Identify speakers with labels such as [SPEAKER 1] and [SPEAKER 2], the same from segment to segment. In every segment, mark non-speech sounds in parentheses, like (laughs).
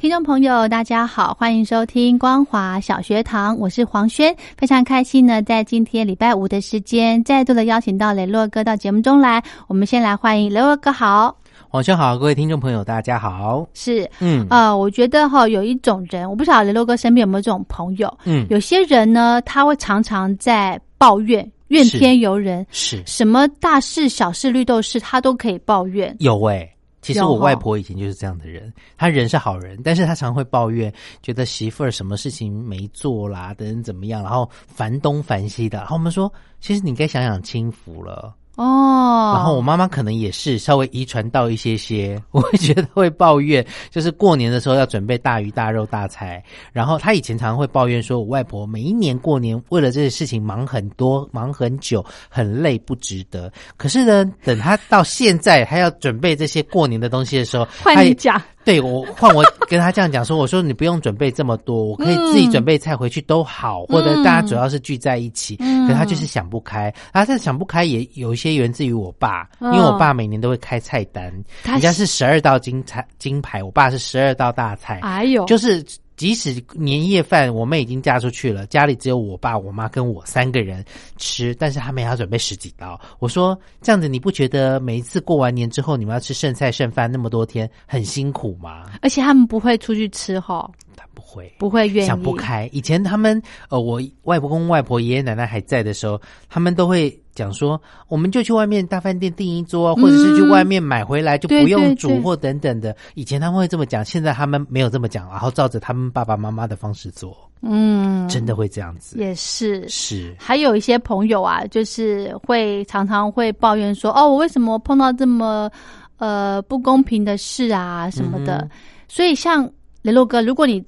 [SPEAKER 1] 听众朋友，大家好，欢迎收听光华小学堂，我是黄轩，非常开心呢，在今天礼拜五的时间，再度的邀请到雷洛哥到节目中来。我们先来欢迎雷洛哥，好，
[SPEAKER 2] 晚上好，各位听众朋友，大家好。
[SPEAKER 1] 是，
[SPEAKER 2] 嗯
[SPEAKER 1] 呃，我觉得哈、有一种人，我不晓得雷洛哥身边有没有这种朋友，
[SPEAKER 2] 嗯，
[SPEAKER 1] 有些人呢，他会常常在抱怨，怨天尤人，
[SPEAKER 2] 是
[SPEAKER 1] 什么大事小事绿豆事，他都可以抱怨。
[SPEAKER 2] 有哎、其实
[SPEAKER 1] 有
[SPEAKER 2] 我
[SPEAKER 1] 哦
[SPEAKER 2] 外婆以前就是这样的人，她人是好人，但是她常会抱怨，觉得媳妇儿什么事情没做啦，等等怎么样，然后烦东烦西的。然后我们说，其实你该想想清福了。
[SPEAKER 1] 哦，
[SPEAKER 2] 然后我妈妈可能也是稍微遗传到一些些， (laughs) 我会觉得会抱怨，就是过年的时候要准备大鱼大肉大菜。然后她以前常常会抱怨说，我外婆每一年过年为了这些事情忙很多、忙很久，很累，不值得。可是呢，等她到现在还要准备这些过年的东西的时候，她
[SPEAKER 1] 换
[SPEAKER 2] 也
[SPEAKER 1] 你讲，
[SPEAKER 2] 对我换我跟他这样讲说，我说你不用准备这么多，我可以自己
[SPEAKER 1] 嗯
[SPEAKER 2] 准备菜回去都好，或者大家主要是聚在一起。
[SPEAKER 1] 嗯
[SPEAKER 2] 可他就是想不开，啊他这想不开也有一些源自于我爸，
[SPEAKER 1] 嗯
[SPEAKER 2] 因为我爸每年都会开菜单，
[SPEAKER 1] 他
[SPEAKER 2] 人家是十二道金菜金牌，我爸是十二道大菜，
[SPEAKER 1] 哎呦，
[SPEAKER 2] 就是。即使年夜饭我妹已经嫁出去了，家里只有我爸、我妈跟我三个人吃，但是他们也要准备十几道。我说这样子，你不觉得每一次过完年之后，你们要吃剩菜剩饭那么多天，很辛苦吗？
[SPEAKER 1] 而且他们不会出去吃哈，
[SPEAKER 2] 他不会，
[SPEAKER 1] 不会愿意，
[SPEAKER 2] 想不开。以前他们呃，我外婆公外婆、爷爷奶奶还在的时候，他们都会讲说，我们就去外面大饭店订一桌，或者是去外面买回来就
[SPEAKER 1] 对
[SPEAKER 2] 不用
[SPEAKER 1] 对
[SPEAKER 2] 煮
[SPEAKER 1] 对
[SPEAKER 2] 或等等的。以前他们会这么讲，现在他们没有这么讲，然后照着他们爸爸妈妈的方式做，
[SPEAKER 1] 嗯，
[SPEAKER 2] 真的会这样子。
[SPEAKER 1] 也是。
[SPEAKER 2] 是，
[SPEAKER 1] 还有一些朋友啊，就是会常常会抱怨说：“哦，我为什么碰到这么呃不公平的事啊什么的。
[SPEAKER 2] 嗯
[SPEAKER 1] 所以，像雷洛哥，如果你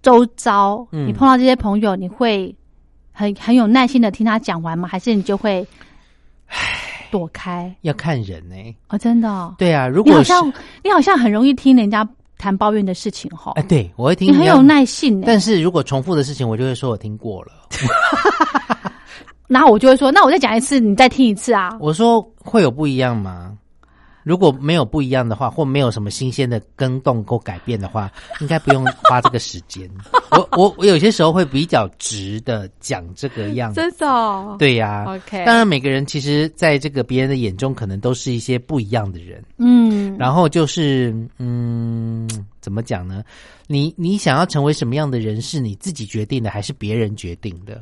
[SPEAKER 1] 周遭、
[SPEAKER 2] 嗯
[SPEAKER 1] 你碰到这些朋友，你会很很有耐心的听他讲完吗？还是你就会躲开？
[SPEAKER 2] 要看人呢、
[SPEAKER 1] 哦，真的、哦，
[SPEAKER 2] 对啊，如
[SPEAKER 1] 你
[SPEAKER 2] 果
[SPEAKER 1] 好
[SPEAKER 2] 是
[SPEAKER 1] 像你好像很容易听人家谈抱怨的事情哈、
[SPEAKER 2] 哎，对我会听
[SPEAKER 1] 你很
[SPEAKER 2] 要
[SPEAKER 1] 有耐欸性呢、
[SPEAKER 2] 但是如果重复的事情，我就会说我听过了。
[SPEAKER 1] 然后我就会说，那我再讲一次，你再听一次 (laughs) 啊。
[SPEAKER 2] 我说会有不一样吗？如果没有不一样的话，或没有什么新鲜的更动或改变的话，应该不用花这个时
[SPEAKER 1] (laughs)
[SPEAKER 2] 间。我我我有些时候会比较直的讲这个样子，
[SPEAKER 1] 的、哦，
[SPEAKER 2] 嗯对啊呀、
[SPEAKER 1] OK
[SPEAKER 2] 当然，每个人其实在这个别人的眼中，可能都是一些不一样的人。
[SPEAKER 1] 嗯，
[SPEAKER 2] 然后就是，嗯，怎么讲呢？你你想要成为什么样的人，是你自己决定的，还是别人决定的？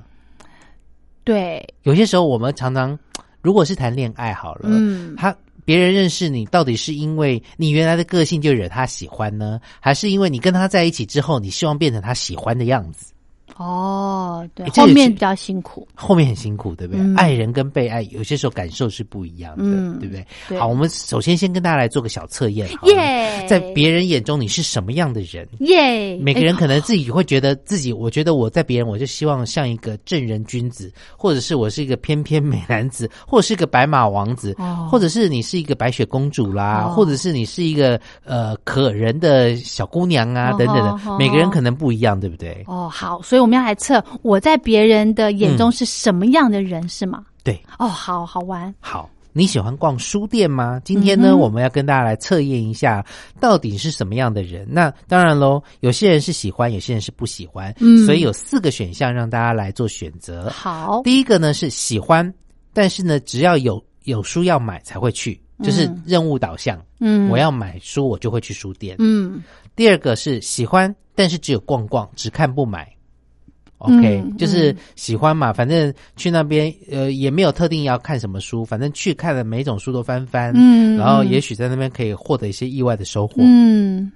[SPEAKER 1] 对，
[SPEAKER 2] 有些时候我们常常，如果是谈恋爱好了，
[SPEAKER 1] 嗯
[SPEAKER 2] 他别人认识你到底是因为你原来的个性就惹他喜欢呢，还是因为你跟他在一起之后，你希望变成他喜欢的样子？
[SPEAKER 1] 哦，对
[SPEAKER 2] 诶，这
[SPEAKER 1] 后
[SPEAKER 2] 也是
[SPEAKER 1] 面比较辛苦。
[SPEAKER 2] 后面很辛苦，对不对？
[SPEAKER 1] 嗯
[SPEAKER 2] 爱人跟被爱有些时候感受是不一样的，
[SPEAKER 1] 嗯
[SPEAKER 2] 对不对？
[SPEAKER 1] 对
[SPEAKER 2] 好，我们首先先跟大家来做个小测验，好了
[SPEAKER 1] 耶，
[SPEAKER 2] 哦在别人眼中你是什么样的人？
[SPEAKER 1] 耶，
[SPEAKER 2] 每个人
[SPEAKER 1] 诶
[SPEAKER 2] 可能自己会觉
[SPEAKER 1] 哎
[SPEAKER 2] 得自己，我觉得我在别人，我就希望像一个正人君子，或者是我是一个翩翩美男子，或者是一个白马王子，
[SPEAKER 1] 哦
[SPEAKER 2] 或者是你是一个白雪公主啦，
[SPEAKER 1] 哦
[SPEAKER 2] 或者是你是一个呃可人的小姑娘啊
[SPEAKER 1] 哦
[SPEAKER 2] 等等
[SPEAKER 1] 哦
[SPEAKER 2] 的，
[SPEAKER 1] 哦
[SPEAKER 2] 每个人可能不一样，对不对？
[SPEAKER 1] 哦，好，所以我们要来测我在别人的眼中是什么样的人，是吗？
[SPEAKER 2] 对，
[SPEAKER 1] 哦，好好玩，
[SPEAKER 2] 好。你喜欢逛书店吗？今天呢，
[SPEAKER 1] 嗯哼
[SPEAKER 2] 我们要跟大家来测验一下，到底是什么样的人。那当然喽，有些人是喜欢，有些人是不喜欢，
[SPEAKER 1] 嗯
[SPEAKER 2] 所以有四个选项让大家来做选择。
[SPEAKER 1] 好，
[SPEAKER 2] 呃第一个呢是喜欢，但是呢，只要有有书要买才会去，就是
[SPEAKER 1] 嗯
[SPEAKER 2] 任务导向。
[SPEAKER 1] 嗯，
[SPEAKER 2] 我，要买书，我就会去书店。
[SPEAKER 1] 嗯，
[SPEAKER 2] 第二个是喜欢，但是只有逛逛，只看不买。OK，、
[SPEAKER 1] 嗯
[SPEAKER 2] 就是
[SPEAKER 1] 嗯
[SPEAKER 2] 喜欢嘛，反正去那边呃也没有特定要看什么书，反正去看了每一种书都翻翻，
[SPEAKER 1] 嗯
[SPEAKER 2] 然后
[SPEAKER 1] 嗯
[SPEAKER 2] 也许在那边可以获得一些意外的收获。
[SPEAKER 1] 嗯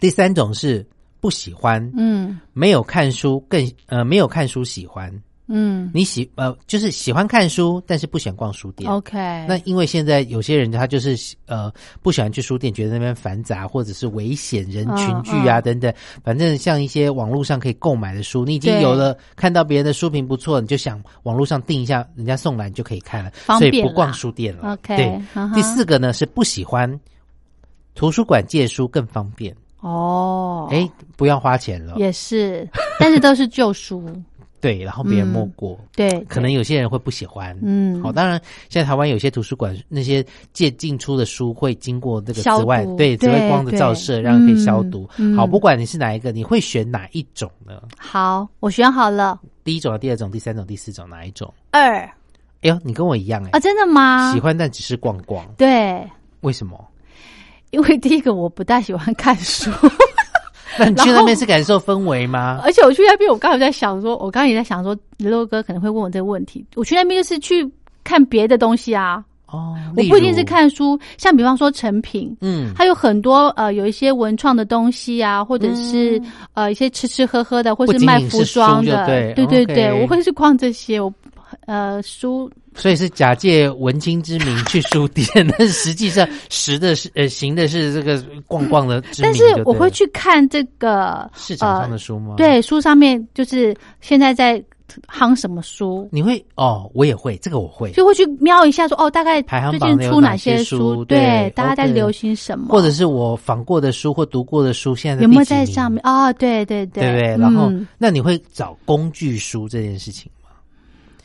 [SPEAKER 2] 第三种是不喜欢，
[SPEAKER 1] 嗯
[SPEAKER 2] 没有看书更呃没有看书喜欢，
[SPEAKER 1] 嗯
[SPEAKER 2] 你喜呃，就是喜欢看书，但是不喜欢逛书店。
[SPEAKER 1] ，OK，
[SPEAKER 2] 那因为现在有些人他就是喜呃不喜欢去书店，觉得那边繁杂或者是危险、人群聚啊、
[SPEAKER 1] 嗯
[SPEAKER 2] 等等。反正像一些网络上可以购买的书，你已经
[SPEAKER 1] 对
[SPEAKER 2] 有了看到别人的书评不错，你就想网络上订一下，人家送来你就可以看了，
[SPEAKER 1] 方
[SPEAKER 2] 所
[SPEAKER 1] 便
[SPEAKER 2] 以不逛
[SPEAKER 1] 啦
[SPEAKER 2] 书店了。
[SPEAKER 1] OK，嗯
[SPEAKER 2] 对。
[SPEAKER 1] 哈哈
[SPEAKER 2] 第四个呢是不喜欢图书馆借书更方便，
[SPEAKER 1] 哦，
[SPEAKER 2] 哎、不要花钱了。
[SPEAKER 1] 也是，但是都是旧书，
[SPEAKER 2] 对，然后别人
[SPEAKER 1] 嗯
[SPEAKER 2] 没过。
[SPEAKER 1] 对，
[SPEAKER 2] (laughs) 可能有些人会不喜欢，
[SPEAKER 1] 嗯
[SPEAKER 2] 好，当然现在台湾有些图书馆那些借进出的书会经过那个
[SPEAKER 1] 消
[SPEAKER 2] 紫外
[SPEAKER 1] 毒
[SPEAKER 2] 对紫外
[SPEAKER 1] 对
[SPEAKER 2] 光的
[SPEAKER 1] 对
[SPEAKER 2] 照射，让它可以消
[SPEAKER 1] 嗯
[SPEAKER 2] 毒。
[SPEAKER 1] 嗯
[SPEAKER 2] 好，不管你是哪一个，你会选哪一种呢？
[SPEAKER 1] 好，我选好了，
[SPEAKER 2] 第一种、啊第二种、第三种、第四种，哪一种？
[SPEAKER 1] 二
[SPEAKER 2] 哎呦，你跟我一样哎、
[SPEAKER 1] 啊，真的吗？
[SPEAKER 2] 喜欢但只是逛逛，
[SPEAKER 1] 对。
[SPEAKER 2] 为
[SPEAKER 1] (laughs)
[SPEAKER 2] 什么？
[SPEAKER 1] 因为第一个我不大喜欢看
[SPEAKER 2] (laughs)
[SPEAKER 1] 书，
[SPEAKER 2] 那你
[SPEAKER 1] 然
[SPEAKER 2] 去那
[SPEAKER 1] 后
[SPEAKER 2] 边是感受氛围吗？
[SPEAKER 1] 而且我去那边，我刚才有在想说，我刚才也在想说，雷洛哥可能会问我这个问题。我去那边就是去看别的东西啊，
[SPEAKER 2] 哦，
[SPEAKER 1] 我
[SPEAKER 2] 例
[SPEAKER 1] 不一定
[SPEAKER 2] 如
[SPEAKER 1] 是，看书，像比方说成品，
[SPEAKER 2] 嗯，
[SPEAKER 1] 它有很多呃有一些文创的东西啊，或者是、
[SPEAKER 2] 嗯
[SPEAKER 1] 呃一些吃吃喝喝的，或
[SPEAKER 2] 不仅
[SPEAKER 1] 卖
[SPEAKER 2] 仅
[SPEAKER 1] 服
[SPEAKER 2] 是书
[SPEAKER 1] 装
[SPEAKER 2] 就
[SPEAKER 1] 的，
[SPEAKER 2] 对
[SPEAKER 1] 对对
[SPEAKER 2] OK
[SPEAKER 1] 我会去逛这些，我呃书
[SPEAKER 2] 所以是假借文青之名去书店，但是实际上实的是呃行的是这个逛逛的之名
[SPEAKER 1] 但
[SPEAKER 2] 就是对了，啊
[SPEAKER 1] 我会去看这个
[SPEAKER 2] 市场上的
[SPEAKER 1] 呃
[SPEAKER 2] 书吗？
[SPEAKER 1] 对书上面就是现在在夯什么书，
[SPEAKER 2] 你会哦，我也会，这个我会，
[SPEAKER 1] 就会去瞄一下说哦，大概
[SPEAKER 2] 排行
[SPEAKER 1] 最
[SPEAKER 2] 榜
[SPEAKER 1] 近
[SPEAKER 2] 有
[SPEAKER 1] 出
[SPEAKER 2] 哪
[SPEAKER 1] 些
[SPEAKER 2] 些
[SPEAKER 1] 书，
[SPEAKER 2] 书对
[SPEAKER 1] 对，大家在
[SPEAKER 2] OK
[SPEAKER 1] 流行什么，
[SPEAKER 2] 或者是我仿过的书或读过的书，现在
[SPEAKER 1] 有没有
[SPEAKER 2] 第几
[SPEAKER 1] 在
[SPEAKER 2] 名
[SPEAKER 1] 上面？？哦，对对对，
[SPEAKER 2] 对不对？然后，
[SPEAKER 1] 嗯
[SPEAKER 2] 那你会找工具书这件事情吗？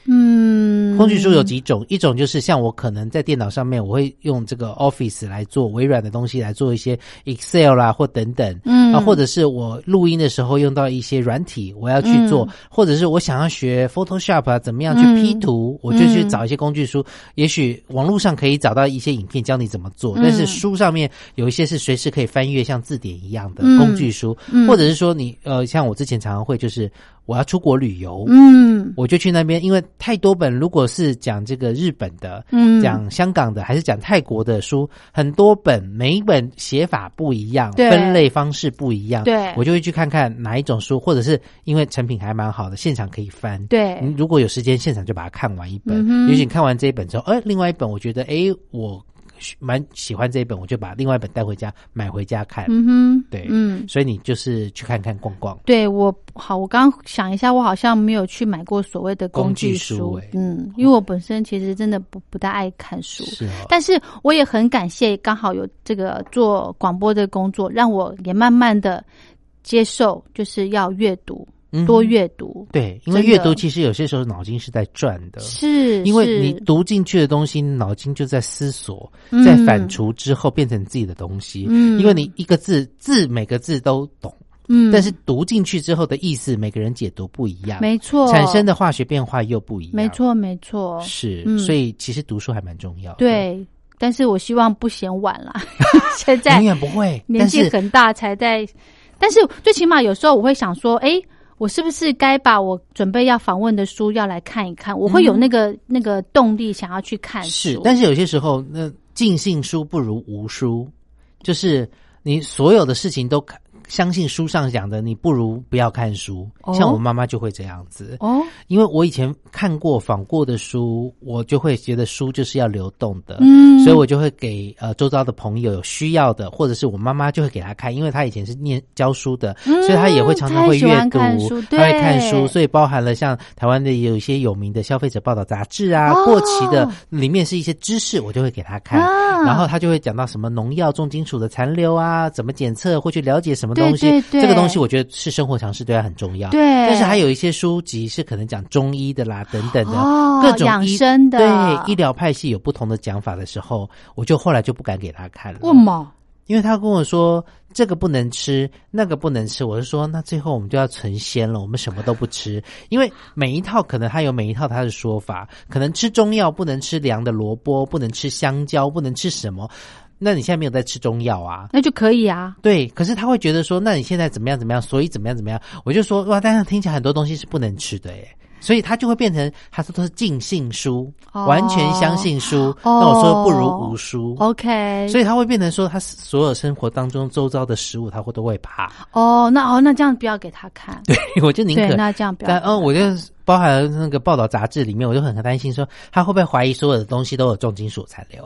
[SPEAKER 1] 嗯，
[SPEAKER 2] 工具书有几种？一种就是像我可能在电脑上面，我会用这个 Office 来做微软的东西来做一些 Excel 啦或等等。
[SPEAKER 1] 嗯
[SPEAKER 2] 啊，或者是我录音的时候用到一些软体，我要去做，或者是我想要学 Photoshop 啊，怎么样去 P
[SPEAKER 1] 嗯
[SPEAKER 2] 图，我就去找一些工具书。也许网络上可以找到一些影片教你怎么做，
[SPEAKER 1] 嗯
[SPEAKER 2] 但是书上面有一些是随时可以翻阅，像字典一样的
[SPEAKER 1] 嗯
[SPEAKER 2] 工具书，
[SPEAKER 1] 嗯
[SPEAKER 2] 或者是说你呃，像我之前常常会就是我要出国旅游。
[SPEAKER 1] 嗯
[SPEAKER 2] 我就去那边，因为太多本，如果是讲这个日本的，
[SPEAKER 1] 嗯
[SPEAKER 2] 讲香港的，还是讲泰国的书，很多本，每一本写法不一样，
[SPEAKER 1] 对
[SPEAKER 2] 分类方式不一样，
[SPEAKER 1] 对
[SPEAKER 2] 我就会去看看哪一种书，或者是因为成品还蛮好的，现场可以翻，
[SPEAKER 1] 对
[SPEAKER 2] 你如果有时间，现场就把它看完一本
[SPEAKER 1] 嗯，哼
[SPEAKER 2] 也许你看完这一本之后，哎，另外一本我觉得，哎，我喜蛮喜欢这一本，我就把另外一本带回家买回家看，
[SPEAKER 1] 嗯哼，
[SPEAKER 2] 对
[SPEAKER 1] 嗯。
[SPEAKER 2] 所以你就是去看看逛逛。
[SPEAKER 1] 对我好，我刚想一下，我好像没有去买过所谓的
[SPEAKER 2] 工具
[SPEAKER 1] 具
[SPEAKER 2] 书欸
[SPEAKER 1] 嗯，因为我本身其实真的不不大爱看书，
[SPEAKER 2] 是哦，
[SPEAKER 1] 但是我也很感谢，刚好有这个做广播的工作，让我也慢慢的接受，就是要阅读，
[SPEAKER 2] 嗯
[SPEAKER 1] 多阅读。
[SPEAKER 2] 对，因
[SPEAKER 1] 真的
[SPEAKER 2] 为阅读其实有些时候脑筋是在转的，
[SPEAKER 1] 是，
[SPEAKER 2] 因为
[SPEAKER 1] 是
[SPEAKER 2] 你读进去的东西，脑筋就在思索，
[SPEAKER 1] 嗯
[SPEAKER 2] 在反刍之后变成自己的东西。
[SPEAKER 1] 嗯
[SPEAKER 2] 因为你一个字字每个字都懂，
[SPEAKER 1] 嗯，
[SPEAKER 2] 但是读进去之后的意思，每个人解读不一样，
[SPEAKER 1] 没错，
[SPEAKER 2] 产生的化学变化又不一样，
[SPEAKER 1] 没。错没错，
[SPEAKER 2] 是，
[SPEAKER 1] 嗯
[SPEAKER 2] 所以其实读书还蛮重要的。，
[SPEAKER 1] 对。但是我希望不嫌晚
[SPEAKER 2] (laughs)
[SPEAKER 1] 啦，现在
[SPEAKER 2] 永远不会，
[SPEAKER 1] 年
[SPEAKER 2] 但
[SPEAKER 1] 纪
[SPEAKER 2] 是
[SPEAKER 1] 很大才在，但是最起码有时候我会想说，哎、我是不是该把我准备要访问的
[SPEAKER 2] 嗯
[SPEAKER 1] 书要来看一看？我会有那个、那个动力想要去看书。
[SPEAKER 2] 是，但是有些时候，那尽信书不如无书，就是你所有的事情都看相信书上讲的，你不如不要看书。
[SPEAKER 1] 哦
[SPEAKER 2] 像我妈妈就会这样子，
[SPEAKER 1] 哦，
[SPEAKER 2] 因为我以前看过仿过的书，我就会觉得书就是要流动的，
[SPEAKER 1] 嗯
[SPEAKER 2] 所以我就会给呃周遭的朋友有需要的，或者是我妈妈就会给她看，因为她以前是念教书的，
[SPEAKER 1] 嗯
[SPEAKER 2] 所以她也会常常会阅读，
[SPEAKER 1] 她也喜欢看书
[SPEAKER 2] 她会看
[SPEAKER 1] 对
[SPEAKER 2] 书，所以包含了像台湾的有一些有名的消费者报道杂志啊，
[SPEAKER 1] 哦
[SPEAKER 2] 过期的里面是一些知识，我就会给她看，
[SPEAKER 1] 啊
[SPEAKER 2] 哎然后她就会讲到什么农药、重金属的残留啊，怎么检测，会去了解什么东
[SPEAKER 1] 对
[SPEAKER 2] 西，
[SPEAKER 1] 对对
[SPEAKER 2] 这个东西我觉得是生活常识对她很重要，
[SPEAKER 1] 对
[SPEAKER 2] 但是还有一些书籍是可能讲中医的啦，等等的、
[SPEAKER 1] 哦
[SPEAKER 2] 各种
[SPEAKER 1] 养
[SPEAKER 2] 医
[SPEAKER 1] 生的
[SPEAKER 2] 对医疗派系有不同的讲法的时候，我就后来就不敢给他看了。
[SPEAKER 1] 问嘛？
[SPEAKER 2] 因为他跟我说这个不能吃，那个不能吃，我就说那最后我们就要存鲜了，我们什么都不吃，因为每一套可能它有每一套它的说法，可能吃中药不能吃凉的萝卜，不能吃香蕉，不能吃什么，那你现在没有在吃中药啊？
[SPEAKER 1] 那就可以啊。
[SPEAKER 2] 对，可是他会觉得说，那你现在怎么样怎么样，所以怎么样怎么样，我就说哇，但是听起来很多东西是不能吃的耶，所以他就会变成他说都是尽信书，
[SPEAKER 1] 哦
[SPEAKER 2] 完全相信书，
[SPEAKER 1] 哦
[SPEAKER 2] 那我说不如无书。
[SPEAKER 1] OK，
[SPEAKER 2] 所
[SPEAKER 1] 以
[SPEAKER 2] 以他会变成说，他所有生活当中周遭的食物，他会都会怕。
[SPEAKER 1] 哦，那哦，那这样不要给他看。对
[SPEAKER 2] (laughs) 我就宁可
[SPEAKER 1] 那这样不要
[SPEAKER 2] 但嗯，我就包含了那个报道杂志里面，我就很担心说，他会不会怀疑所有的东西都有重金属残留？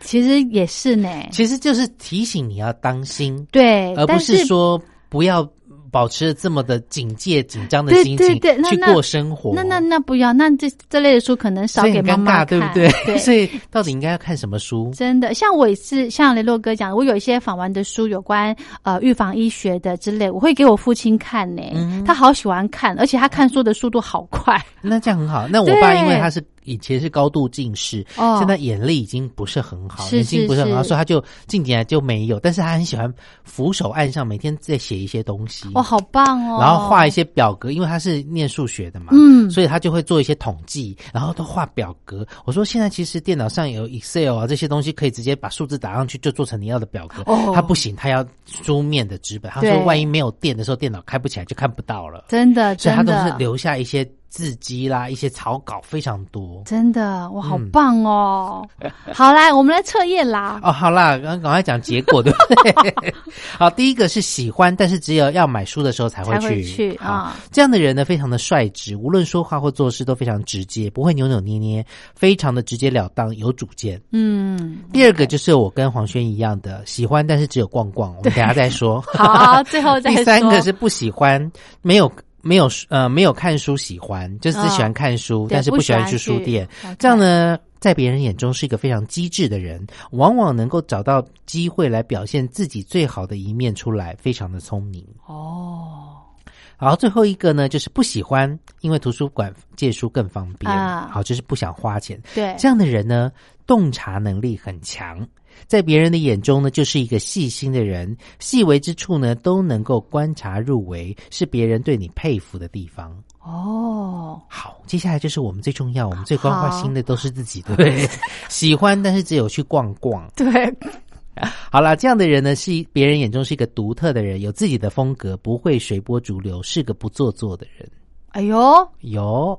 [SPEAKER 1] 其实也是呢。
[SPEAKER 2] 其实就是提醒你要当心，
[SPEAKER 1] 对，
[SPEAKER 2] 而不
[SPEAKER 1] 哎但
[SPEAKER 2] 是说不要保持这么的警戒、紧张的心情
[SPEAKER 1] 对对对那
[SPEAKER 2] 去
[SPEAKER 1] 那
[SPEAKER 2] 过生活。
[SPEAKER 1] 那那那不要，那这这类的书可能少
[SPEAKER 2] 所以
[SPEAKER 1] 给
[SPEAKER 2] 很
[SPEAKER 1] 妈妈
[SPEAKER 2] 尴尬，
[SPEAKER 1] 看，
[SPEAKER 2] 对不对？ (laughs) 所以到底应该要看什么书？
[SPEAKER 1] 真的，像我也是，像雷洛哥讲的，我有一些访完的书，有关呃预防医学的之类，我会给我父亲看呢、
[SPEAKER 2] 嗯
[SPEAKER 1] 他好喜欢看，而且他看书的速度好快。
[SPEAKER 2] 那这样很好。那我爸
[SPEAKER 1] 对
[SPEAKER 2] 因为他是以前是高度近视，
[SPEAKER 1] 哦
[SPEAKER 2] 现在眼力已经不是很好，
[SPEAKER 1] 是
[SPEAKER 2] 眼睛
[SPEAKER 1] 是
[SPEAKER 2] 不是很好，
[SPEAKER 1] 是
[SPEAKER 2] 所以他就近年来就没有。但是他很喜欢扶手岸上，每天在写一些东西。
[SPEAKER 1] 哇、好棒哦！
[SPEAKER 2] 然后画一些表格，因为他是念数学的嘛，
[SPEAKER 1] 嗯
[SPEAKER 2] 所以他就会做一些统计，然后都画表格。我说现在其实电脑上有 Excel 啊这些东西，可以直接把数字打上去就做成你要的表格。
[SPEAKER 1] 哦
[SPEAKER 2] 他不行，他要书面的纸本。他说
[SPEAKER 1] 对
[SPEAKER 2] 万一没有电的时候，电脑开不起来就看不到了。
[SPEAKER 1] 真的，
[SPEAKER 2] 所
[SPEAKER 1] 真
[SPEAKER 2] 以他
[SPEAKER 1] 的
[SPEAKER 2] 都是留下一些字迹啦，一些草稿非常多。
[SPEAKER 1] 真的，哇，好棒哦！好来，我们来测验啦。
[SPEAKER 2] 嗯哦，好啦，刚赶快讲结果，对不对？ (laughs) 好，第一个是喜欢，但是只有要买书的时候才会
[SPEAKER 1] 才
[SPEAKER 2] 去。
[SPEAKER 1] 会去
[SPEAKER 2] 好
[SPEAKER 1] 啊
[SPEAKER 2] 这样的人呢，非常的率直，无论说话或做事都非常直接，不会扭扭捏捏，非常的直截了当，有主见。
[SPEAKER 1] 嗯，
[SPEAKER 2] 第二个就是我跟黄轩一样的喜欢，但是只有逛逛，
[SPEAKER 1] (laughs)
[SPEAKER 2] 我们等一下再说。 (laughs)
[SPEAKER 1] 好，最后再
[SPEAKER 2] 第
[SPEAKER 1] 说。
[SPEAKER 2] 三个是不喜欢，没有没有呃没有看书喜欢，就是只喜欢看书，
[SPEAKER 1] 嗯对
[SPEAKER 2] 但是
[SPEAKER 1] 不
[SPEAKER 2] 不喜欢
[SPEAKER 1] 喜欢
[SPEAKER 2] 去书
[SPEAKER 1] 去
[SPEAKER 2] 店
[SPEAKER 1] OK。
[SPEAKER 2] 这样呢，在别人眼中是一个非常机智的人，往往能够找到机会来表现自己最好的一面出来，非常的聪明。
[SPEAKER 1] 哦，
[SPEAKER 2] 好，最后一个呢，就是不喜欢，因为图书馆借书更方便。
[SPEAKER 1] 啊
[SPEAKER 2] 好，就是不想花钱。
[SPEAKER 1] 对，
[SPEAKER 2] 这样的人呢，洞察能力很强，在别人的眼中呢，就是一个细心的人，细微之处呢，都能够观察入微，是别人对你佩服的地方。
[SPEAKER 1] 哦，
[SPEAKER 2] 好，接下来就是我们最重要，我们最关
[SPEAKER 1] 好
[SPEAKER 2] 怀心的都是自己，对不对？ (laughs) 喜欢，但是只有去逛逛。
[SPEAKER 1] 对，
[SPEAKER 2] 好啦，这样的人呢，是别人眼中是一个独特的人，有自己的风格，不会随波逐流，是个不做作的人。
[SPEAKER 1] 哎呦，
[SPEAKER 2] 有，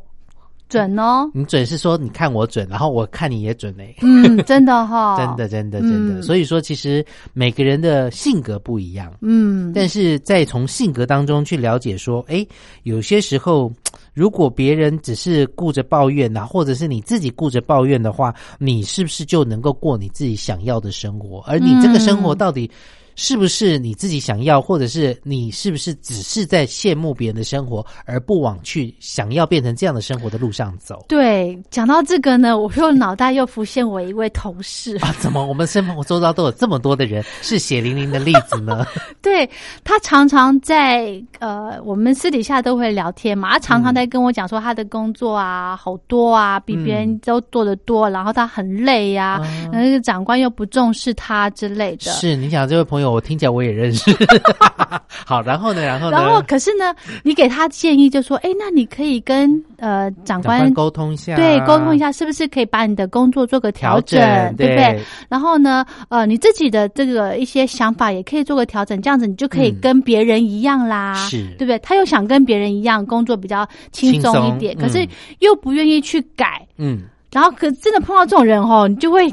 [SPEAKER 1] 准哦，
[SPEAKER 2] 你准嗯是说你看我准，然后我看你也准哎、 (laughs)
[SPEAKER 1] 嗯，真的哈，
[SPEAKER 2] 真的，，真的，真的。
[SPEAKER 1] 嗯
[SPEAKER 2] 所以说，其实每个人的性格不一样，
[SPEAKER 1] 嗯，
[SPEAKER 2] 但是再从性格当中去了解，说，哎，有些时候，如果别人只是顾着抱怨呐、或者是你自己顾着抱怨的话，你是不是就能够过你自己想要的生活？而你这个生活
[SPEAKER 1] 嗯
[SPEAKER 2] 到底是不是你自己想要，或者是你是不是只是在羡慕别人的生活，而不往去想要变成这样的生活的路上走？
[SPEAKER 1] 对，讲到这个呢，我又脑袋又浮现我一位同事，
[SPEAKER 2] (laughs) 啊，怎么我们生活周遭都有这么多的人是血淋淋的例
[SPEAKER 1] (laughs)
[SPEAKER 2] 子呢？
[SPEAKER 1] (laughs) 对他常常在呃，我们私底下都会聊天嘛，他常常在跟我讲说他的工作啊好多
[SPEAKER 2] 嗯
[SPEAKER 1] 啊，比别人都做得多，然后他很累呀、
[SPEAKER 2] 啊
[SPEAKER 1] 然后那个长官又不重视他之类的。
[SPEAKER 2] 是你讲这位朋友，我听起来我也认识。 (laughs) 好，然后呢，然后呢，
[SPEAKER 1] 然后，可是呢，你给他建议就说，哎，那你可以跟呃长
[SPEAKER 2] 赶快沟通一下，
[SPEAKER 1] 对，沟通一。下，是不是可以把你的工作做个调
[SPEAKER 2] 调
[SPEAKER 1] 整，对不对
[SPEAKER 2] 对？
[SPEAKER 1] 然后呢，呃，你自己的这个一些想法也可以做个调整，这样子你就可以
[SPEAKER 2] 嗯
[SPEAKER 1] 跟别人一样啦，
[SPEAKER 2] 是
[SPEAKER 1] 啊对不对？他又想跟别人一样，工作比较轻
[SPEAKER 2] 轻
[SPEAKER 1] 松一
[SPEAKER 2] 松
[SPEAKER 1] 点，
[SPEAKER 2] 嗯
[SPEAKER 1] 可是又不愿意去改。
[SPEAKER 2] 嗯，
[SPEAKER 1] 然后可真的碰到这种人哦，你就会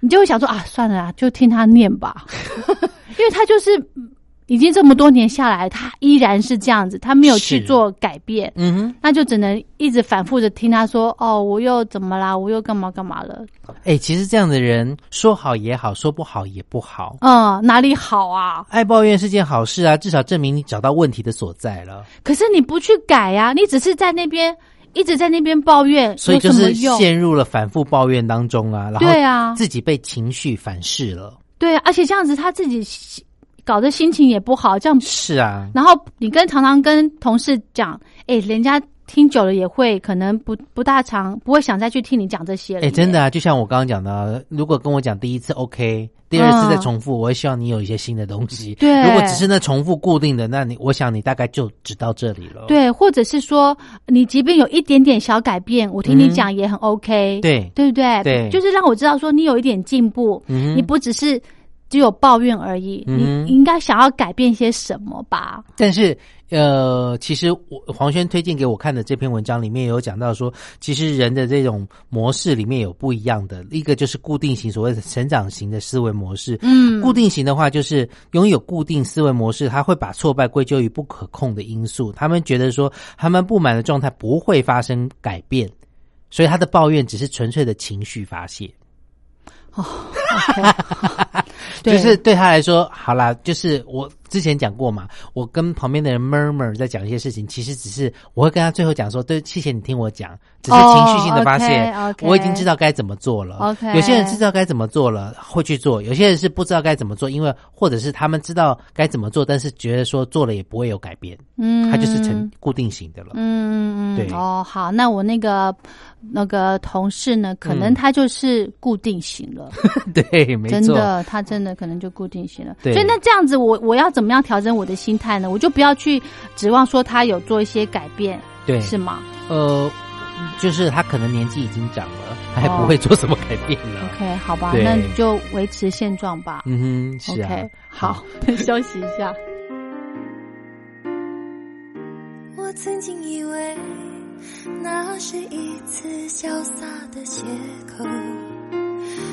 [SPEAKER 1] 你就会想说啊，算了啦，就听他念吧， (laughs) 因为他就是嗯已经这么多年下来，他依然是这样子，他没有去
[SPEAKER 2] 是
[SPEAKER 1] 做改变。
[SPEAKER 2] 嗯哼，
[SPEAKER 1] 那就只能一直反复的听他说，哦，我又怎么啦，我又干嘛干嘛了，
[SPEAKER 2] 哎、其实这样的人说好也好，说不好也不好。
[SPEAKER 1] 嗯，哪里好啊？
[SPEAKER 2] 爱抱怨是件好事啊，至少证明你找到问题的所在了。
[SPEAKER 1] 可是你不去改呀、你只是在那边一直在那边抱怨，
[SPEAKER 2] 所以就
[SPEAKER 1] 有什么
[SPEAKER 2] 是
[SPEAKER 1] 用？
[SPEAKER 2] 陷入了反复抱怨当中啊，然后
[SPEAKER 1] 对啊
[SPEAKER 2] 自己被情绪反噬了。
[SPEAKER 1] 对啊，而且这样子他自己心搞得心情也不好，这样，
[SPEAKER 2] 是啊，
[SPEAKER 1] 然后你跟常常跟同事讲，哎，人家听久了也会可能不不大常不会想再去听你讲这些了
[SPEAKER 2] 哎、
[SPEAKER 1] 耶。
[SPEAKER 2] 真的啊，就像我刚刚讲的啊，如果跟我讲第一次 OK，第二次再重复，我会希望你有一些新的东西。
[SPEAKER 1] 嗯对
[SPEAKER 2] 如果只是那重复固定的，那你我想你大概就只到这里了。
[SPEAKER 1] 对，或者是说你即便有一点点小改变，我听你
[SPEAKER 2] 嗯
[SPEAKER 1] 讲也很 OK。
[SPEAKER 2] 对
[SPEAKER 1] 对不对？
[SPEAKER 2] 对
[SPEAKER 1] 就是让我知道说你有一点进步，
[SPEAKER 2] 嗯哼
[SPEAKER 1] 你不只是只有抱怨而已，
[SPEAKER 2] 嗯
[SPEAKER 1] 你应该想要改变些什么吧？
[SPEAKER 2] 但是呃，其实我黄轩推荐给我看的这篇文章里面有讲到说，其实人的这种模式里面有不一样的，一个就是固定型，所谓的成长型的思维模式。
[SPEAKER 1] 嗯
[SPEAKER 2] 固定型的话，就是拥有固定思维模式，他会把挫败归咎于不可控的因素。他们觉得说，他们不满的状态不会发生改变，所以他的抱怨只是纯粹的情绪发泄。
[SPEAKER 1] 哦 (laughs) 对
[SPEAKER 2] 就是 (laughs) 对他来说，好啦，就是我之前讲过嘛，我跟旁边的人 murmur 在讲一些事情，其实只是我会跟他最后讲说，对，谢谢你听我讲，只是情绪性的发泄，
[SPEAKER 1] 哦，OK，OK
[SPEAKER 2] 我已经知道该怎么做了。
[SPEAKER 1] OK
[SPEAKER 2] 有些人知道该怎么做了会去做，有些人是不知道该怎么做，因为或者是他们知道该怎么做，但是觉得说做了也不会有改变，
[SPEAKER 1] 嗯，
[SPEAKER 2] 他就是成固定型的了。
[SPEAKER 1] 嗯，嗯嗯
[SPEAKER 2] 对
[SPEAKER 1] 哦，好，那我那个那个同事呢，可能
[SPEAKER 2] 嗯
[SPEAKER 1] 他就是固定型了，
[SPEAKER 2] 对， (laughs) 没
[SPEAKER 1] 嗯真
[SPEAKER 2] 错。
[SPEAKER 1] 的，他真的可能就固定型了。
[SPEAKER 2] 对
[SPEAKER 1] 所以那这样子我，我要怎么样调整我的心态呢？我就不要去指望说他有做一些改变，
[SPEAKER 2] 对，
[SPEAKER 1] 是吗
[SPEAKER 2] 呃，就是他可能年纪已经长了，还不会做什么改变了。
[SPEAKER 1] 哦？OK，好吧，
[SPEAKER 2] 嗯对
[SPEAKER 1] 那你就维持现状吧。
[SPEAKER 2] 嗯哼，是啊。
[SPEAKER 1] OK，好， (laughs) 休息一下。
[SPEAKER 3] 我曾经以为那是一次潇洒的借口，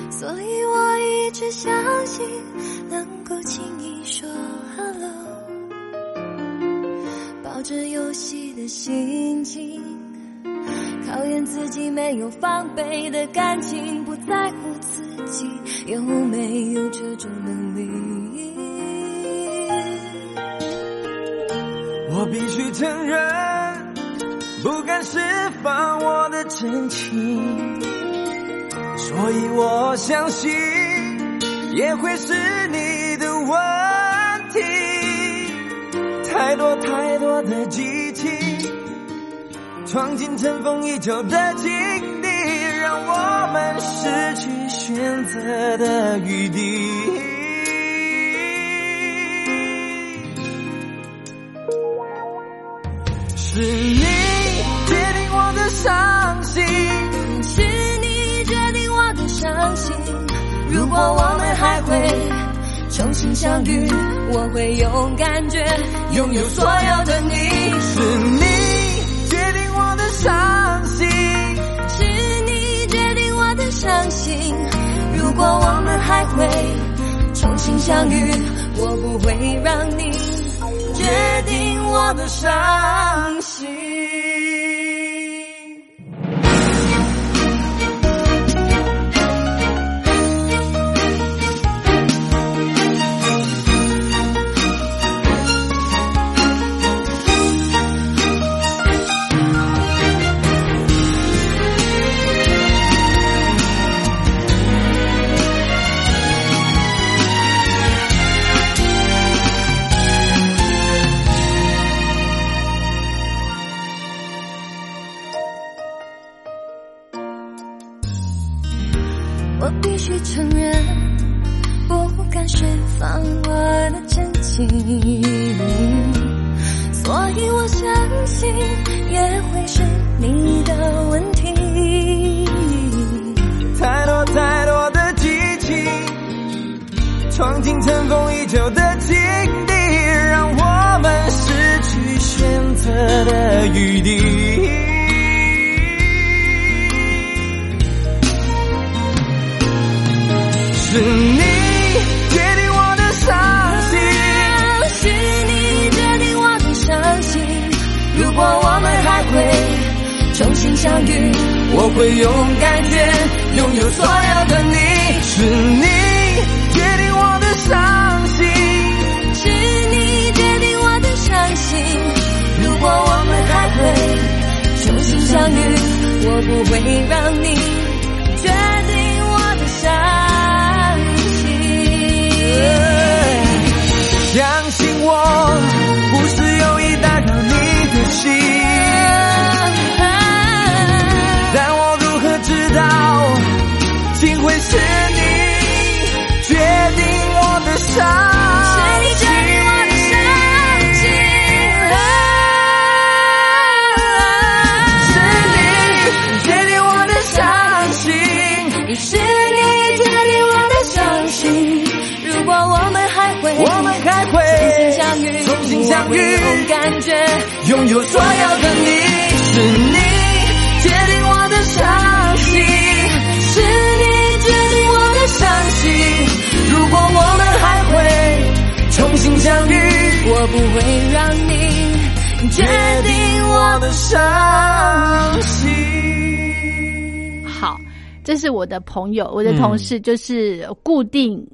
[SPEAKER 3] 所以我一直相信能够轻易说 hello，抱着游戏的心情，考验自己没有防备的感情，不在乎自己有没有这种能力。
[SPEAKER 4] 我必须承认，不敢释放我的真情，所以我相信也会是你的问题。太多太多的激情，闯进尘封已久的境地，让我们失去选择的余地。是你决定我的伤心，
[SPEAKER 3] 是你决定我的伤心。如果我们还会重新相遇，我会有感觉，拥有所有的你。
[SPEAKER 4] 是你决定我的伤心，
[SPEAKER 3] 是你决定我的伤心。如果我们还会重新相遇，我不会让你决定我的伤心。我必须承认，不敢释放我的真情，所以我相信也会是你的问题。
[SPEAKER 4] 太多太多的激情，闯进尘封已久的境地，让我们失去选择的余地。
[SPEAKER 5] 重新相遇，我会勇敢点，拥有所有的你，是你决定我的伤心，
[SPEAKER 6] 是你决定我的伤心。如果我们还会重新相遇，我不会让你决定我的伤心。
[SPEAKER 5] 相信我，不是有意打扰你的心，但我如何知道，竟会是你决定我的
[SPEAKER 6] 是
[SPEAKER 5] 伤
[SPEAKER 6] 你决
[SPEAKER 5] 心。
[SPEAKER 6] 定我的伤心，
[SPEAKER 5] 是你决定我的伤心，
[SPEAKER 6] 是你决定我的伤心。如果我们还会
[SPEAKER 5] 我们还
[SPEAKER 6] 重新
[SPEAKER 5] 会
[SPEAKER 6] 相遇，
[SPEAKER 5] 重新相遇
[SPEAKER 6] 我会有感觉
[SPEAKER 5] 拥有所有的你。是你决定我的伤心，
[SPEAKER 6] 是你决定我的伤心。
[SPEAKER 5] 如果我们还会重新相遇，
[SPEAKER 6] 我不会让你决定我
[SPEAKER 5] 我的伤心。
[SPEAKER 1] 好，这是我的朋友，我的同
[SPEAKER 2] 嗯
[SPEAKER 1] 事，就是固定、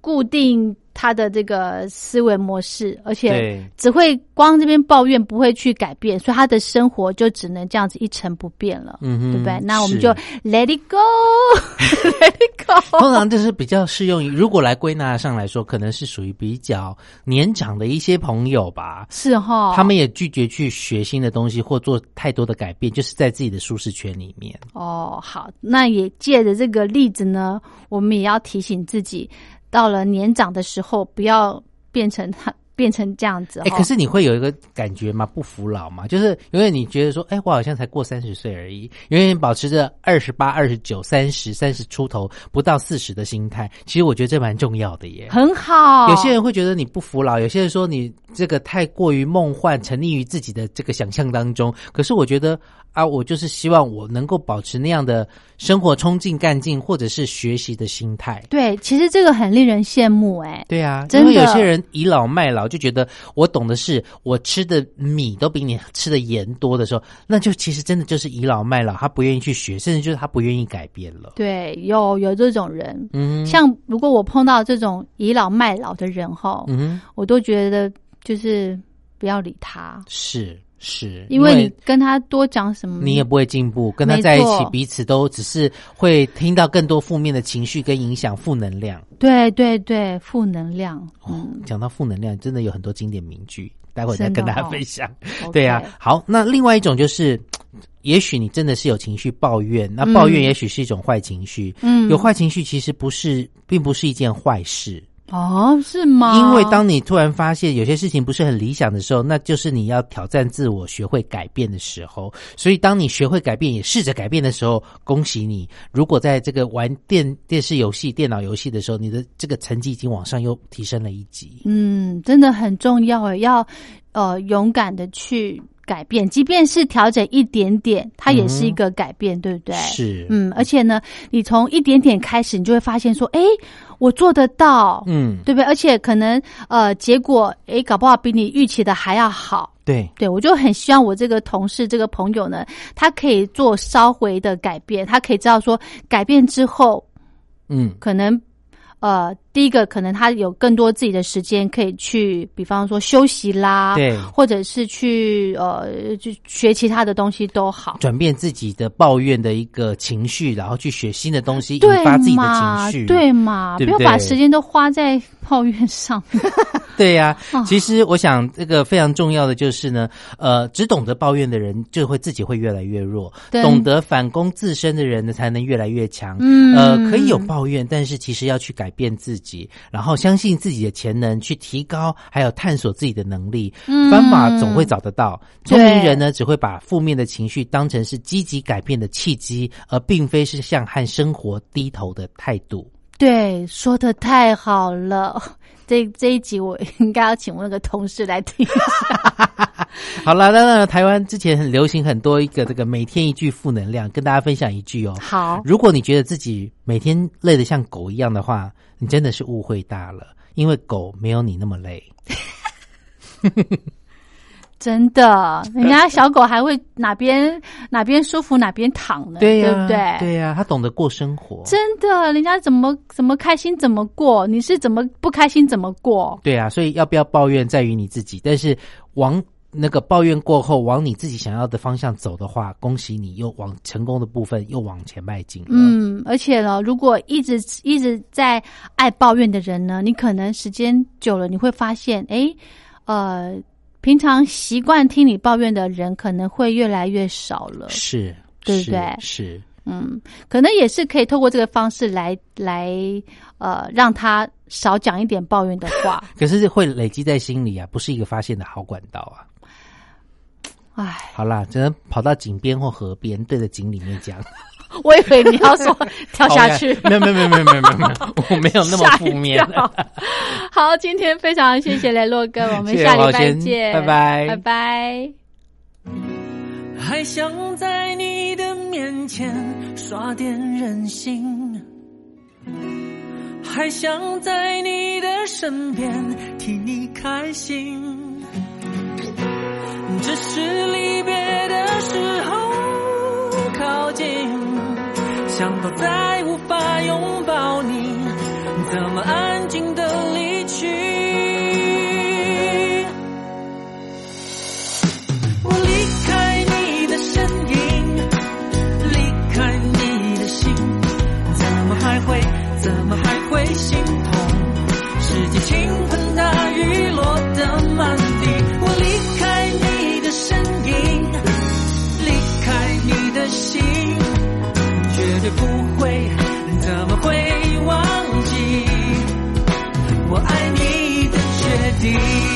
[SPEAKER 1] 固定他的这个思维模式，而且
[SPEAKER 2] 对
[SPEAKER 1] 只会光这边抱怨，不会去改变，所以他的生活就只能这样子一成不变了，
[SPEAKER 2] 嗯哼
[SPEAKER 1] 对不对？那我们
[SPEAKER 2] 是
[SPEAKER 1] 就 let it (laughs) go，let it
[SPEAKER 2] (laughs)
[SPEAKER 1] go。
[SPEAKER 2] 通常就是比较适用于，如果来归纳上来说，可能是属于比较年长的一些朋友吧。
[SPEAKER 1] 是哈，
[SPEAKER 2] 他们也拒绝去学新的东西或做太多的改变，就是在自己的舒适圈里面。
[SPEAKER 1] 哦，好，那也借着这个例子呢，我们也要提醒自己，到了年长的时候，不要变成他变成这样子
[SPEAKER 2] 哎、
[SPEAKER 1] 哈。
[SPEAKER 2] 可是你会有一个感觉吗？不服老吗？就是因为你觉得说，哎、我好像才过三十岁而已，永远保持着二十八、二十九、三十、三十出头，不到四十的心态。其实我觉得这蛮重要的耶。
[SPEAKER 1] 很好，
[SPEAKER 2] 有些人会觉得你不服老，有些人说你这个太过于梦幻，沉溺于自己的这个想象当中。可是我觉得啊，我就是希望我能够保持那样的生活冲劲、干劲，或者是学习的心态。
[SPEAKER 1] 对，其实这个很令人羡慕哎、
[SPEAKER 2] 对啊，
[SPEAKER 1] 真
[SPEAKER 2] 因
[SPEAKER 1] 的
[SPEAKER 2] 为有些人倚老卖老，就觉得我懂的是我吃的米都比你吃的盐多的时候，那就其实真的就是倚老卖老，他不愿意去学，甚至就是他不愿意改变了。
[SPEAKER 1] 对，有有这种人，
[SPEAKER 2] 嗯哼，
[SPEAKER 1] 像如果我碰到这种倚老卖老的人哈，
[SPEAKER 2] 嗯哼，
[SPEAKER 1] 我都觉得就是不要理他，
[SPEAKER 2] 是是，
[SPEAKER 1] 因为你跟他多讲什么，
[SPEAKER 2] 你也不会进步，跟他
[SPEAKER 1] 没
[SPEAKER 2] 在一起
[SPEAKER 1] 错，
[SPEAKER 2] 彼此都只是会听到更多负面的情绪跟影响、负能量。
[SPEAKER 1] 对对对，负能量，
[SPEAKER 2] 哦
[SPEAKER 1] 嗯，
[SPEAKER 2] 讲到负能量，真的有很多经典名句，待会儿再
[SPEAKER 1] 真的
[SPEAKER 2] 跟大家
[SPEAKER 1] 哦
[SPEAKER 2] 分享。
[SPEAKER 1] OK
[SPEAKER 2] (laughs) 对啊，好，那另外一种就是，也许你真的是有情绪抱怨，那抱怨
[SPEAKER 1] 嗯
[SPEAKER 2] 也许是一种坏情绪。
[SPEAKER 1] 嗯
[SPEAKER 2] 有坏情绪其实不是，并不是一件坏事，
[SPEAKER 1] 哦，是吗？
[SPEAKER 2] 因为当你突然发现有些事情不是很理想的时候，那就是你要挑战自我、学会改变的时候。所以，当你学会改变，也试着改变的时候，恭喜你！如果在这个玩电电视游戏、电脑游戏的时候，你的这个成绩已经往上又提升了一级。
[SPEAKER 1] 嗯，真的很重要诶，要呃勇敢的去改变，即便是调整一点点，它也
[SPEAKER 2] 嗯
[SPEAKER 1] 是一个改变，对不对？。
[SPEAKER 2] 是，
[SPEAKER 1] 嗯，而且呢，你从一点点开始，你就会发现说，诶，我做得到，
[SPEAKER 2] 嗯，
[SPEAKER 1] 对不对？而且可能呃，结果诶，搞不好比你预期的还要好。
[SPEAKER 2] 对。
[SPEAKER 1] 对，我就很希望我这个同事、这个朋友呢，他可以做稍微的改变，他可以知道说，改变之后
[SPEAKER 2] 嗯，
[SPEAKER 1] 可能呃，第一个可能他有更多自己的时间可以去，比方说休息啦，
[SPEAKER 2] 对
[SPEAKER 1] 或者是去呃，就学其他的东西都好。
[SPEAKER 2] 转变自己的抱怨的一个情绪，然后去学新的东西，引
[SPEAKER 1] 对
[SPEAKER 2] 发自己的
[SPEAKER 1] 嘛
[SPEAKER 2] 情绪。，
[SPEAKER 1] 对嘛，
[SPEAKER 2] 对
[SPEAKER 1] 不要
[SPEAKER 2] 不对
[SPEAKER 1] 把时间都花在抱怨上。
[SPEAKER 2] (laughs) 对呀、
[SPEAKER 1] 啊
[SPEAKER 2] 其实我想这个非常重要的就是呢，呃，只懂得抱怨的人就会自己会越来越弱，
[SPEAKER 1] 对
[SPEAKER 2] 懂得反攻自身的人呢才能越来越强。
[SPEAKER 1] 嗯
[SPEAKER 2] 呃，可以有抱怨，但是其实要去改变自己，然后相信自己的潜能，去提高，还有探索自己的能力，
[SPEAKER 1] 嗯
[SPEAKER 2] 方法总会找得到。
[SPEAKER 1] 对
[SPEAKER 2] 聪明人呢只会把负面的情绪当成是积极改变的契机，而并非是向和生活低头的态度。
[SPEAKER 1] 对，说的太好了。 (laughs) 这这一集我应该要请我那个同事来
[SPEAKER 2] (laughs)
[SPEAKER 1] 听。
[SPEAKER 2] 好了，当然了，台湾之前很流行很多一个这个每天一句负能量，跟大家分享一句哦。
[SPEAKER 1] 好，
[SPEAKER 2] 如果你觉得自己每天累得像狗一样的话，你真的是误会大了，因为狗没有你那么累。
[SPEAKER 1] 真的，人家小狗还会哪边哪边舒服哪边躺呢，
[SPEAKER 2] 对呀、
[SPEAKER 1] 不对？
[SPEAKER 2] 对呀、他懂得过生活。
[SPEAKER 1] 真的，人家怎么怎么开心怎么过，你是怎么不开心怎么过？
[SPEAKER 2] 对啊，所以要不要抱怨在于你自己，但是往那个抱怨过后，往你自己想要的方向走的话，恭喜你又往成功的部分又往前迈进了。，
[SPEAKER 1] 嗯，而且呢，如果一直一直在爱抱怨的人呢，你可能时间久了，你会发现，诶，呃，平常习惯听你抱怨的人可能会越来越少了。
[SPEAKER 2] 是，
[SPEAKER 1] 对不
[SPEAKER 2] 是
[SPEAKER 1] 对
[SPEAKER 2] 是，
[SPEAKER 1] 嗯，可能也是可以透过这个方式来来呃，让他少讲一点抱怨的
[SPEAKER 2] (laughs)
[SPEAKER 1] 话。
[SPEAKER 2] 可是会累积在心里啊，不是一个发泄的好管道啊。
[SPEAKER 1] 唉，
[SPEAKER 2] 好啦，只能跑到井边或河边，对着井里面
[SPEAKER 1] (laughs)
[SPEAKER 2] 讲。
[SPEAKER 1] 我以为你要
[SPEAKER 2] (laughs)
[SPEAKER 1] 说跳下去。
[SPEAKER 2] 没有没有没有没有没有没有没有，我没有那么
[SPEAKER 1] 吓
[SPEAKER 2] 负
[SPEAKER 1] 一
[SPEAKER 2] 面。 (laughs)
[SPEAKER 1] 跳好，今天非常谢谢雷洛哥，我们
[SPEAKER 2] 谢谢
[SPEAKER 1] 下
[SPEAKER 2] 王
[SPEAKER 1] 礼拜
[SPEAKER 2] 先
[SPEAKER 1] 见，
[SPEAKER 2] 拜拜
[SPEAKER 1] 拜拜。
[SPEAKER 3] 还想在你的面前耍点任性，还想在你的身边替你开心。这是离别的时候靠近，想到再无法拥抱你，怎么安静的离去？我离开你的身影，离开你的心，怎么还会，怎么还会心痛？是激情喷它雨落的满地。我离开你的身影，离开你的心，绝对不会，怎么会忘记我爱你的决定？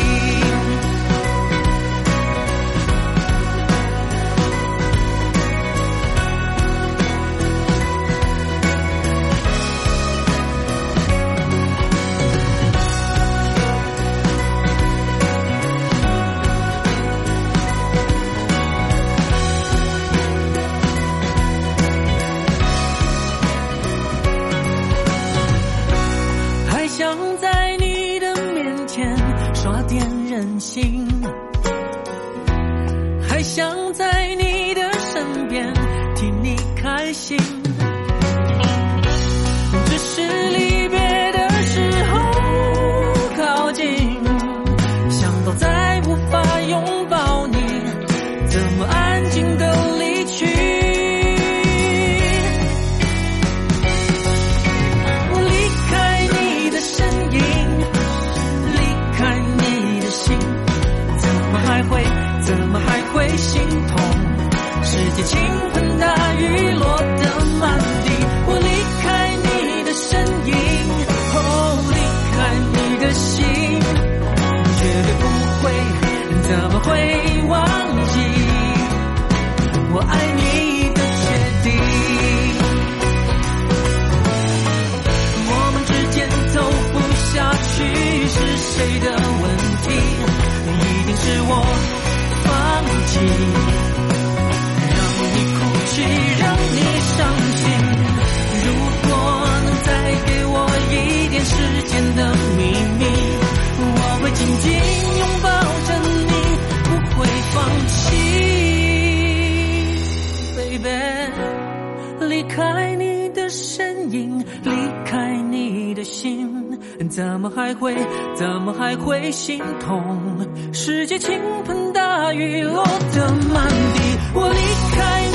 [SPEAKER 3] 还想在你的面前耍点任性，还想在你的身边替你开心。只是离别的时候靠近，想到再无法拥抱你，怎么安静的离去？我离开你的身影，离开你的心，怎么还会，怎么还会心痛？是激情喷它雨落的满地。我离开你的身影，哦，离开你的心，绝对不会，怎么会忘记我爱你的决定？我们之间走不下去是谁的问题？一定是我放弃，让你哭泣，让你伤心。如果能再给我一点时间的秘密，我会紧紧拥抱着你，不会放弃，baby。离开你的身影，离开你的心，怎么还会，怎么还会心痛？世界倾盆大雨落得满地，我离开